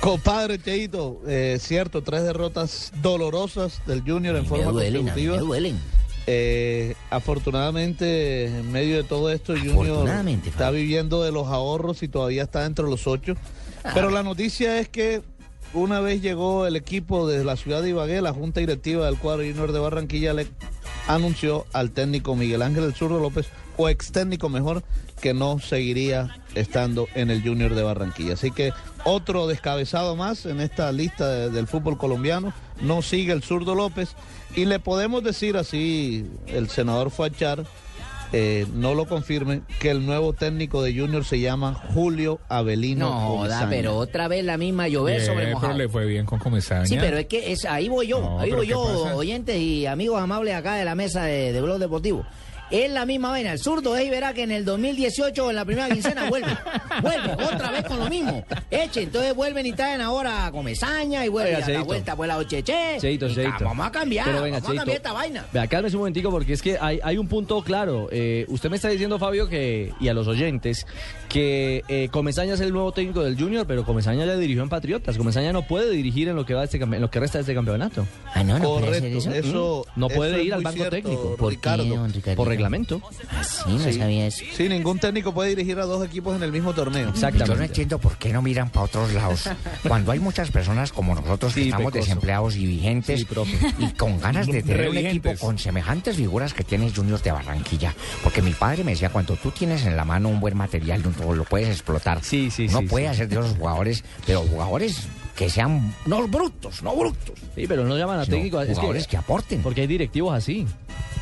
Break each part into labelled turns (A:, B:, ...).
A: Compadre Cheito, eh, cierto, tres derrotas dolorosas del Junior en
B: Me
A: forma
B: duelen, a mí me
A: consecutiva.
B: duelen.
A: Eh, afortunadamente, en medio de todo esto, Junior
B: Afortunadamente,
A: está
B: Fabio.
A: viviendo de los ahorros y todavía está entre los ocho. Pero la noticia es que una vez llegó el equipo de la ciudad de Ibagué, la junta directiva del cuadro Junior de Barranquilla le anunció al técnico Miguel Ángel El Zurdo López, o ex técnico mejor, que no seguiría estando en el Junior de Barranquilla. Así que otro descabezado más en esta lista de- del fútbol colombiano, no sigue el Zurdo López. Y le podemos decir así, el senador Fachar, eh, no lo confirme, que el nuevo técnico de Junior se llama Julio Avelino.
B: No, joda,
A: Comesaña.
B: pero otra vez la misma llover Pues
C: Bien,
B: sobre
C: Eh, pero
B: mojado.
C: le fue bien con Comesaña.
B: Sí, pero es que es, ahí voy yo,
C: No,
B: ahí
C: pero
B: voy
C: ¿qué
B: yo,
C: pasa?
B: oyentes y amigos amables acá de la mesa de, de Blog Deportivo. Es la misma vaina, el zurdo es y verá que en el 2018 o en la primera quincena vuelve, vuelve, otra vez con lo mismo. Eche, entonces vuelven y traen ahora a Comesaña y vuelve
D: Oiga,
B: a la
D: Cheito.
B: vuelta, vuelve a Ocheche.
D: Cheito,
B: Y
D: Cheito.
B: ca- Vamos a cambiar,
D: Pero venga,
B: vamos a cambiar
D: Cheito.
B: esta vaina.
D: Vea, cálmese un momentico porque es que hay, hay un punto claro. Eh, usted me está diciendo, Fabio, que y a los oyentes, que eh, Comesaña es el nuevo técnico del Junior, pero Comesaña ya dirigió en Patriotas. Comesaña no puede dirigir en lo que va este campe- en lo que resta de este campeonato.
B: Ah, no, no puede ser
A: Correcto,
B: eso. Mm,
A: eso
D: No
A: eso
D: puede
A: es
D: ir al
A: muy
D: banco
A: cierto,
D: técnico.
B: ¿Por qué,
A: Ricardo.
B: don Ricardo?
D: Por reglamento.
B: Ah, sí, no
A: Sí.
B: sabía eso.
A: Sí, ningún técnico puede dirigir a dos equipos en el mismo torneo.
E: Yo no
D: Exactamente.
E: entiendo por qué no miran para otros lados. Cuando hay muchas personas como nosotros que
D: Sí,
E: estamos
D: pecoso.
E: desempleados y vigentes
D: Sí, profe.
E: y con ganas de tener un equipo
C: Revigentes.
E: con semejantes figuras que tiene Juniors de Barranquilla. Porque mi padre me decía, cuando tú tienes en la mano un buen material, no lo puedes explotar.
D: Sí, sí,
E: No
D: sí,
E: puede
D: sí.
E: hacer de los jugadores, pero jugadores que sean no brutos, no brutos.
D: Sí, pero no llaman a
E: sino
D: técnicos. es que-
E: jugadores que aporten.
D: porque hay directivos así.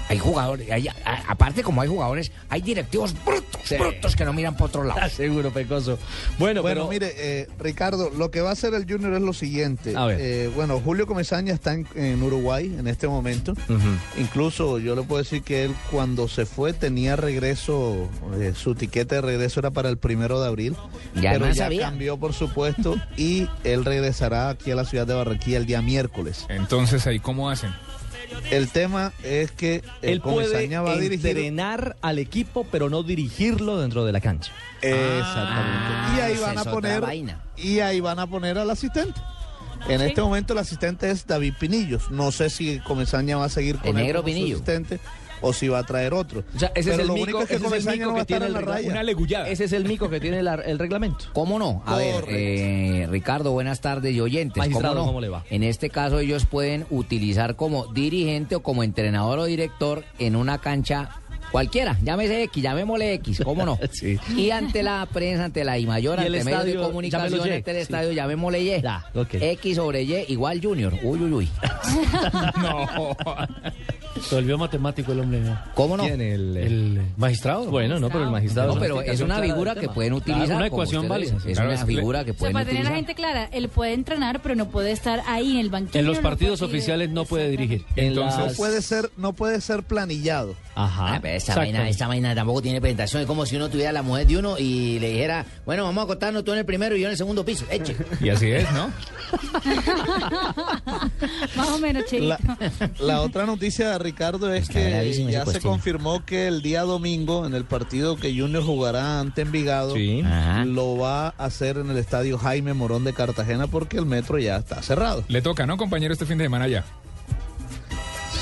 E: Hay jugadores, hay- a- aparte como hay jugadores, hay directivos brutos, brutos que no miran para otros lados.
D: Seguro, pecoso. Bueno,
A: Bueno,
D: pero
A: mire, eh, Ricardo, lo que va a hacer el Junior es lo siguiente.
D: A ver.
A: Eh, bueno, Julio Comesaña está en, en Uruguay en este momento.
D: Ujú.
A: Incluso yo le puedo decir que él cuando se fue tenía regreso, eh, su tiquete de regreso era para el primero de abril.
B: Ya
A: pero
B: no
A: ya
B: sabía.
A: cambió, por supuesto, y él regresará aquí a la ciudad de Barranquilla el día miércoles.
C: Entonces, ¿ahí cómo hacen?
A: El tema es que eh,
D: él puede
A: Comesaña va a dirigir
D: entrenar al equipo, pero no dirigirlo dentro de la cancha.
A: Exactamente.
B: Ah,
A: y ahí
B: esa
A: van a
B: es otra
A: poner
B: vaina.
A: y ahí van a poner al asistente. En este momento el asistente es David Pinillos. No sé si Comesaña va a seguir con
B: El
A: él
B: negro
A: como su
B: Pinillo.
A: asistente o si va a traer otro.
D: O sea, ese
A: Pero
D: es el
A: lo
D: mico-
A: único es que
D: ese es el
A: Comesaña no
D: mico
A: va
D: que
A: a estar
D: tiene
A: en la
D: el regla-
A: raya.
C: Una legullada.
D: Ese es el mico que tiene la- el reglamento.
B: ¿Cómo no? A
A: Correcto.
B: ver, eh, Ricardo, buenas tardes y oyentes.
D: Magistrado,
B: no?
D: ¿cómo le va?
B: En este caso ellos pueden utilizar como dirigente o como entrenador o director en una cancha cualquiera. Llámese X, llamémosle X, ¿cómo no?
D: Sí.
B: Y ante la prensa, ante la Imayor,
D: Y el
B: ante medios de
D: estadio,
B: comunicación,
D: llámelo Y,
B: ante el
D: sí.
B: estadio, llamémosle Y.
D: Ya, ok.
B: X sobre Y, igual Junior. Uy, uy, uy.
C: No.
F: Se volvió matemático el hombre. ¿no?
B: ¿Cómo no?
D: ¿Quién? El, eh,
F: El magistrado.
D: Bueno, no, pero el magistrado.
B: No, pero es una figura que pueden utilizar.
F: una
B: como
F: ecuación
B: ustedes-
F: válida.
B: Es
C: Claro,
B: una
C: es que le-
B: figura que
G: O sea,
B: pueden
G: para tener
B: utilizar.
G: la gente clara, él puede entrenar, pero no puede estar ahí en el banquillo.
F: En los
G: no
F: partidos
G: puede ir-
F: oficiales no puede dirigir.
D: En
C: Entonces-
A: No
D: las-
A: puede ser, no puede ser planillado.
B: Ah,
D: Ajá.
B: pero esa vaina, esa vaina tampoco tiene presentación. Es como si uno tuviera la mujer de uno y le dijera, bueno, vamos a acostarnos tú en el primero y yo en el segundo piso. Eche.
C: Y así es, ¿no?
G: Más o menos, Cheito.
A: La, la otra noticia, Ricardo, es
B: Está
A: que
B: gravísimo ese
A: ya se
B: cuestión.
A: confirmó que el día domingo, en el partido que Junior jugará ante Envigado,
D: Sí.
B: Ajá.
A: lo va a hacer en el estadio Jaime Morón de Cartagena porque el metro ya está cerrado.
C: Le toca, ¿no, compañero, este fin de semana ya?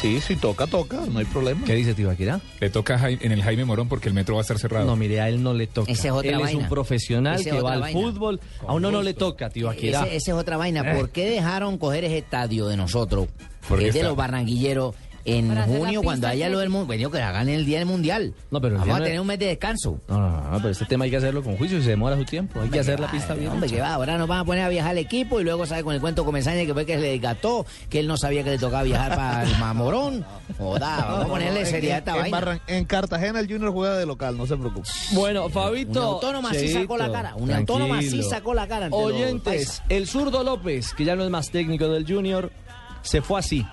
A: Sí, si toca, toca, no hay problema.
D: ¿Qué dice Tibaquirá?
C: Le toca a Jai- en el Jaime Morón porque el metro va a estar cerrado.
D: No, mire, a él no le toca.
B: Esa es otra
D: él es
B: vaina.
D: un profesional
B: Esa es
D: que
B: otra
D: va al
B: vaina.
D: fútbol. A uno no le toca, Tibaquirá.
B: Ese- Esa es otra vaina. ¿Por qué dejaron coger ese estadio de nosotros?
C: Porque
B: que es de
C: está-
B: los barranquilleros. en
G: Para hacer la
B: junio,
G: pista
B: cuando haya lo del mundo, bueno, que hagan el día del mundial.
D: No, pero el
B: Vamos
D: día
B: a
D: de-
B: tener un mes de descanso.
D: No, no, no, no, pero este tema hay que hacerlo con juicio y se demora su tiempo. Hay que hacer la pista
B: Ay,
D: bien.
B: Hombre, que va, ahora nos van a poner a viajar al equipo y luego sale con el cuento Comesaña que fue que se le desgastó, que él no sabía que le tocaba viajar para el Mamorón. Joda, vamos a ponerle
A: En-
B: seriedad
A: en-
B: a esta
A: en
B: vaina.
A: Barran- en Cartagena el Junior juega de local, no se preocupe.
D: Bueno, Fabito.
B: Una autónoma sí
D: Cheito,
B: sacó la cara, una autónoma sí
D: tranquilo.
B: sacó la cara ante los
D: Oyentes,
B: paisas.
D: el zurdo López, que ya no es más técnico del Junior, se fue así.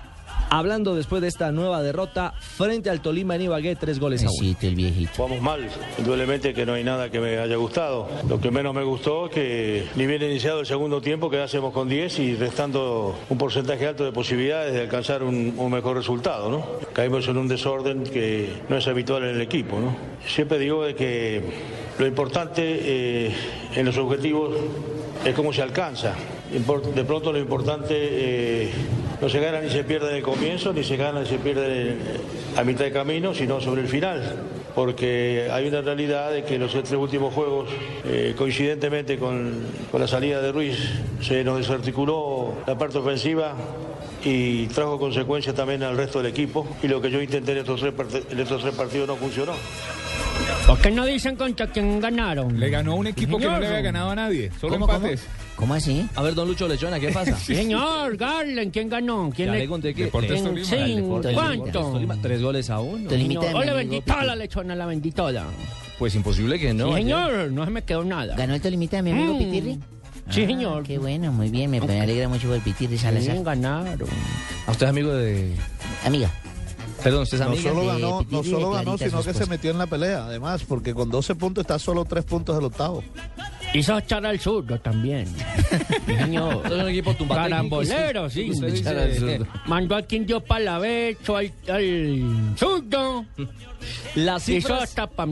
D: Hablando después de esta nueva derrota frente al Tolima en Ibagué, tres goles a uno.
B: Necesito el viejito.
H: Jugamos mal, indudablemente que no hay nada que me haya gustado. Lo que menos me gustó es que ni bien iniciado el segundo tiempo quedásemos con 10 y restando un porcentaje alto de posibilidades de alcanzar un, un mejor resultado, ¿no? Caímos en un desorden que no es habitual en el equipo, ¿no? Siempre digo de que lo importante eh, en los objetivos es cómo se alcanza. Impor- De pronto lo importante eh, no se gana ni se pierde en el comienzo, ni se gana ni se pierde en- a mitad de camino, sino sobre el final. Porque hay una realidad de que los tres últimos juegos, eh, coincidentemente con, con la salida de Ruiz, se nos desarticuló la parte ofensiva y trajo consecuencias también al resto del equipo. Y lo que yo intenté en estos tres, parte- en estos tres partidos no funcionó.
F: ¿Por qué no dicen contra quién ganaron?
C: Le ganó un equipo que no le
F: Señor.
C: había ganado a nadie. Solo
B: ¿Cómo, cómo?
C: empates.
B: ¿Cómo así?
D: A ver, don Lucho Lechona, ¿qué pasa?
F: Señor, Garland, ¿quién ganó? ¿Quién
D: Ya
F: le-
D: le conté que
C: Deportes
D: le-
C: Tolima.
D: Sí,
C: Al
D: Deportes
F: Deportes
D: Tolima.
F: ¿cuánto?
D: Tolima, Tres goles a uno.
B: Te limita de
F: Señor, Ole,
B: mi amigo
F: bendita
B: Pipe.
F: la lechona, la benditola.
D: Pues imposible que no.
F: sí,
D: ayer.
F: señor, no se me quedó nada.
B: ¿Ganó el Tolimita de mi amigo
F: Mm.
B: Pitirri?
F: Sí,
B: Ah,
F: señor.
B: Qué bueno, muy bien. Me me alegra mucho por el Pitirri Salazar.
F: Sí, ganaron.
D: ¿A usted es amigo de.
B: Amiga.
D: Perdón, usted es
A: No
D: amigo?
B: amigas
A: solo
B: de
A: ganó, no
B: Pitirri y de
A: solo ganó,
B: Clarita,
A: sino
B: su
A: que se
B: esposa.
A: metió en la pelea, además, porque con 12 puntos está solo 3 puntos del octavo.
F: Hizo echar al zurdo también. Sí, señor.
D: Es un equipo tumbateco.
F: Carambolero, sí.
D: Usted dice-
F: Echar al zurdo. Mandó al quien dio palavecho, al, al zurdo.
D: Las
F: Hizo
D: cifras.
F: hasta para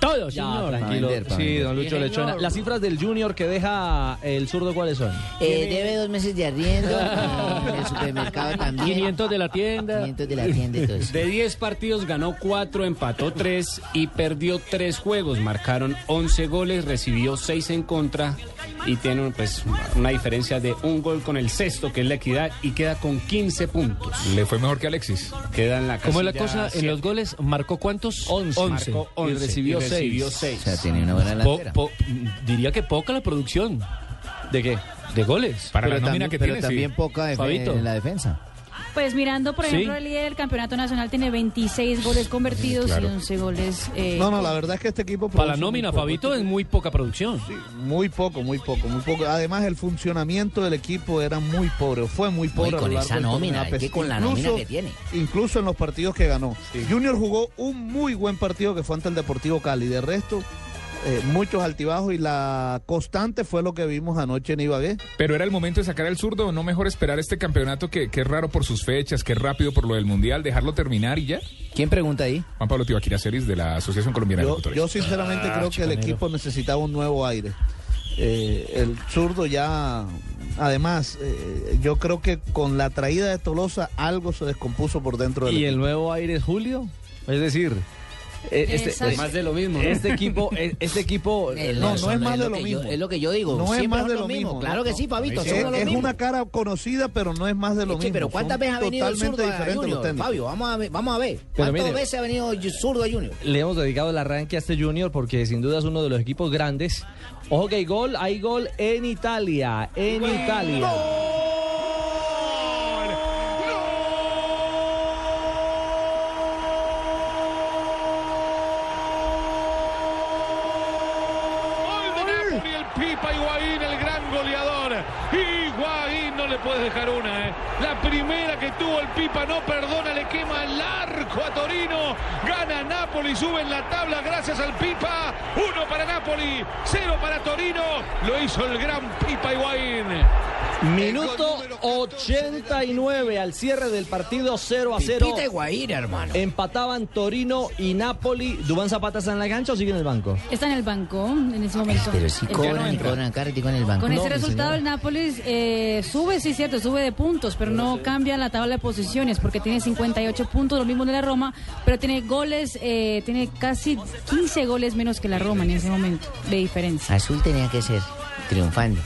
F: todo,
D: Ya,
F: señor.
D: tranquilo.
B: vender, pa'
D: Sí,
B: vender.
D: don Lucho
F: Sí, señor.
D: Lechona. Las cifras del Junior que deja el zurdo, ¿cuáles son?
B: Eh, debe dos meses de arriendo. eh, en el
F: Ah,
B: supermercado también.
F: 500 de la tienda.
B: 500 de la tienda y todo eso.
I: De 10 partidos ganó 4, empató 3 y perdió 3 juegos. Marcaron 11 goles, recibió 6 en contra y tiene un, pues una diferencia de un gol con el sexto, que es la equidad, y queda con 15 puntos.
C: Le fue mejor que Alexis.
I: Queda en la
F: ¿Cómo es la
I: casilla
F: cosa? ¿En
I: siete.
F: los goles marcó cuántos?
D: 11.
F: Once.
I: Marcó
D: Y
I: 11
D: recibió seis.
I: seis.
B: O sea, tiene una buena
F: Po-
B: delantera.
F: po- diría que poca la producción
D: ¿De qué?
F: de goles.
C: Para la
B: Pero
C: nómina
B: también-
C: que
B: pero
C: tiene,
B: también
C: sí.
B: poca defe-
F: Fabito.
B: en la defensa.
G: Pues mirando, por
F: Sí.
G: ejemplo, el líder del campeonato nacional tiene 26 goles convertidos y 11 goles. eh,
A: No, no, la verdad es que este equipo...
F: Para la
A: produce
F: nómina,
A: muy poco.
F: Fabito, es muy poca producción.
A: Muy poco, muy poco, muy poco. Además, el funcionamiento del equipo era muy pobre, fue muy pobre.
B: con
A: a lo largo
B: esa
A: del torneo.
B: nómina, es que con la nómina que tiene.
A: Incluso en los partidos que ganó. Junior jugó un muy buen partido que fue ante el Deportivo Cali. De resto, eh, muchos altibajos y la constante fue lo que vimos anoche en Ibagué.
C: Pero era el momento de sacar al zurdo. No mejor esperar este campeonato que, que es raro por sus fechas, que es rápido por lo del mundial, dejarlo terminar y ya.
B: ¿Quién pregunta ahí?
C: Juan Pablo Tibaquira Celis de la Asociación Colombiana de
A: Yo,
C: Locutores.
A: yo sinceramente
D: Ah,
A: creo que el equipo necesitaba un nuevo aire. Eh, el zurdo ya, además, eh, yo creo que con la traída de Tolosa algo se descompuso por dentro del
D: ¿Y
A: equipo.
D: el nuevo aire es Julio? Es decir, eh, este,
G: Exacto.
I: Más de lo mismo. ¿no?
D: este equipo, eh, este equipo, eh,
B: El-
A: no, no
B: eso
A: es más de lo
B: que
A: mismo.
B: yo- es lo que yo digo.
A: No es
B: siempre
A: más
B: son
A: de
B: los
A: lo
B: mismos.
A: mismo.
B: Claro que sí, Fabito.
A: Es,
B: son los
A: es
B: mismos.
A: una cara conocida, pero no es más de lo
B: Eche,
A: mismo.
B: pero ¿cuántas
A: Son
B: veces ha venido el
A: totalmente
B: zurdo a
A: diferentes los
B: Junior,
A: técnicos.
B: Fabio? Vamos a ver. Vamos a ver.
D: Pero
B: ¿Cuántas
D: mire-
B: veces ha venido y- zurdo a Junior?
D: le hemos dedicado el arranque a este Junior porque sin duda es uno de los equipos grandes. Ojo que hay gol, hay gol en Italia, en Italia.
I: Gol de Napoli, el Pipa Higuaín, el gran goleador. Higuaín no le puedes dejar una, ¿eh? La primera que tuvo el Pipa no perdona, le quema el arco a Torino. Gana Napoli, sube en la tabla gracias al Pipa. Uno para Napoli, cero para Torino. Lo hizo el gran Pipa Higuaín.
D: Minuto 89 al cierre del partido 0 a 0.
B: Pita y Guaira, hermano.
D: Empataban Torino y Napoli. ¿Dubán Zapata está en la cancha o sigue en el banco?
G: Está en el banco en ese momento.
B: Pero sí
G: Eh,
B: cobran y cobran carta y con el banco.
G: Con
D: No,
G: ese
D: mi
G: resultado
D: señora.
G: el Nápoles eh, sube, sí cierto, sube de puntos, pero no cambia la tabla de posiciones porque tiene 58 puntos, lo mismo de la Roma, pero tiene goles, eh, tiene casi 15 goles menos que la Roma en ese momento de diferencia.
B: Azul tenía que ser. triunfando.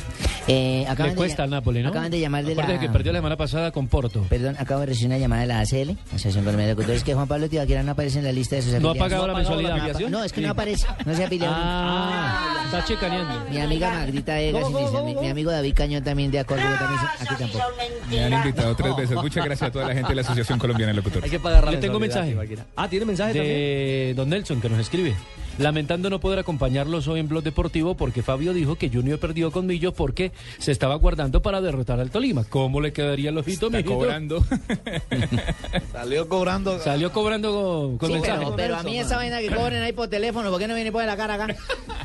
B: Eh, acaban
F: Le
B: de
F: cuesta
B: lla-
F: al Napoli, ¿no?
B: Acaban de llamar de
F: Aparte
B: la...
F: que perdió la semana pasada con Porto.
B: Perdón, acabo de recibir una llamada de la ACL, Asociación Colombiana de Locutores, que Juan Pablo Tibaquirá no aparece en la lista de sus
F: No ha
B: afiliados.
F: pagado la mensualidad.
B: No, no, es que no aparece, no se ha afiliado.
F: Ah, está chicaneando.
B: Mi amiga Magdita Egas, y mis- mi, mi amigo David Cañón también de Acordio, también se- aquí tampoco.
C: Me han invitado tres veces. Muchas gracias a toda la gente de la Asociación Colombiana de Locutores.
D: Hay que pagar la
F: Le tengo
D: mensualidad,
F: mensaje.
D: Tibaquirá. Ah, ¿tiene mensaje
F: de Don Nelson que nos escribe. Lamentando no poder acompañarlos hoy en Blog Deportivo porque Fabio dijo que Junior perdió con Millo porque se estaba guardando para derrotar al Tolima. ¿Cómo le quedaría el ojito,
C: Está
F: mijito?
C: cobrando.
A: Salió cobrando.
F: Salió cobrando con, con
B: Sí,
F: mensaje.
B: pero, pero a mí esa vaina que cobren ahí por teléfono, ¿por qué no viene y pone la cara acá?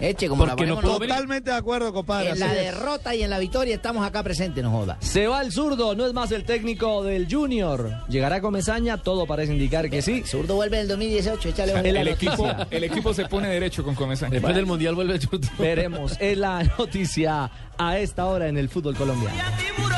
B: Eche, como
F: Porque
B: la
F: no
B: ponemos
F: puedo
B: nosotros.
A: Totalmente de acuerdo, compadre.
B: En
A: así
B: la
A: es.
B: derrota y en la victoria estamos acá presentes, no joda.
D: Se va el zurdo, no es más el técnico del Junior. Llegará Comesaña, todo parece indicar que sí.
B: Zurdo vuelve el 2018, échale ojo.
C: El equipo, el equipo se pone derecho con Comesaña.
F: Después del Mundial vuelve el chuto.
D: Veremos, es la noticia a esta hora en el fútbol colombiano.
J: Tiburón.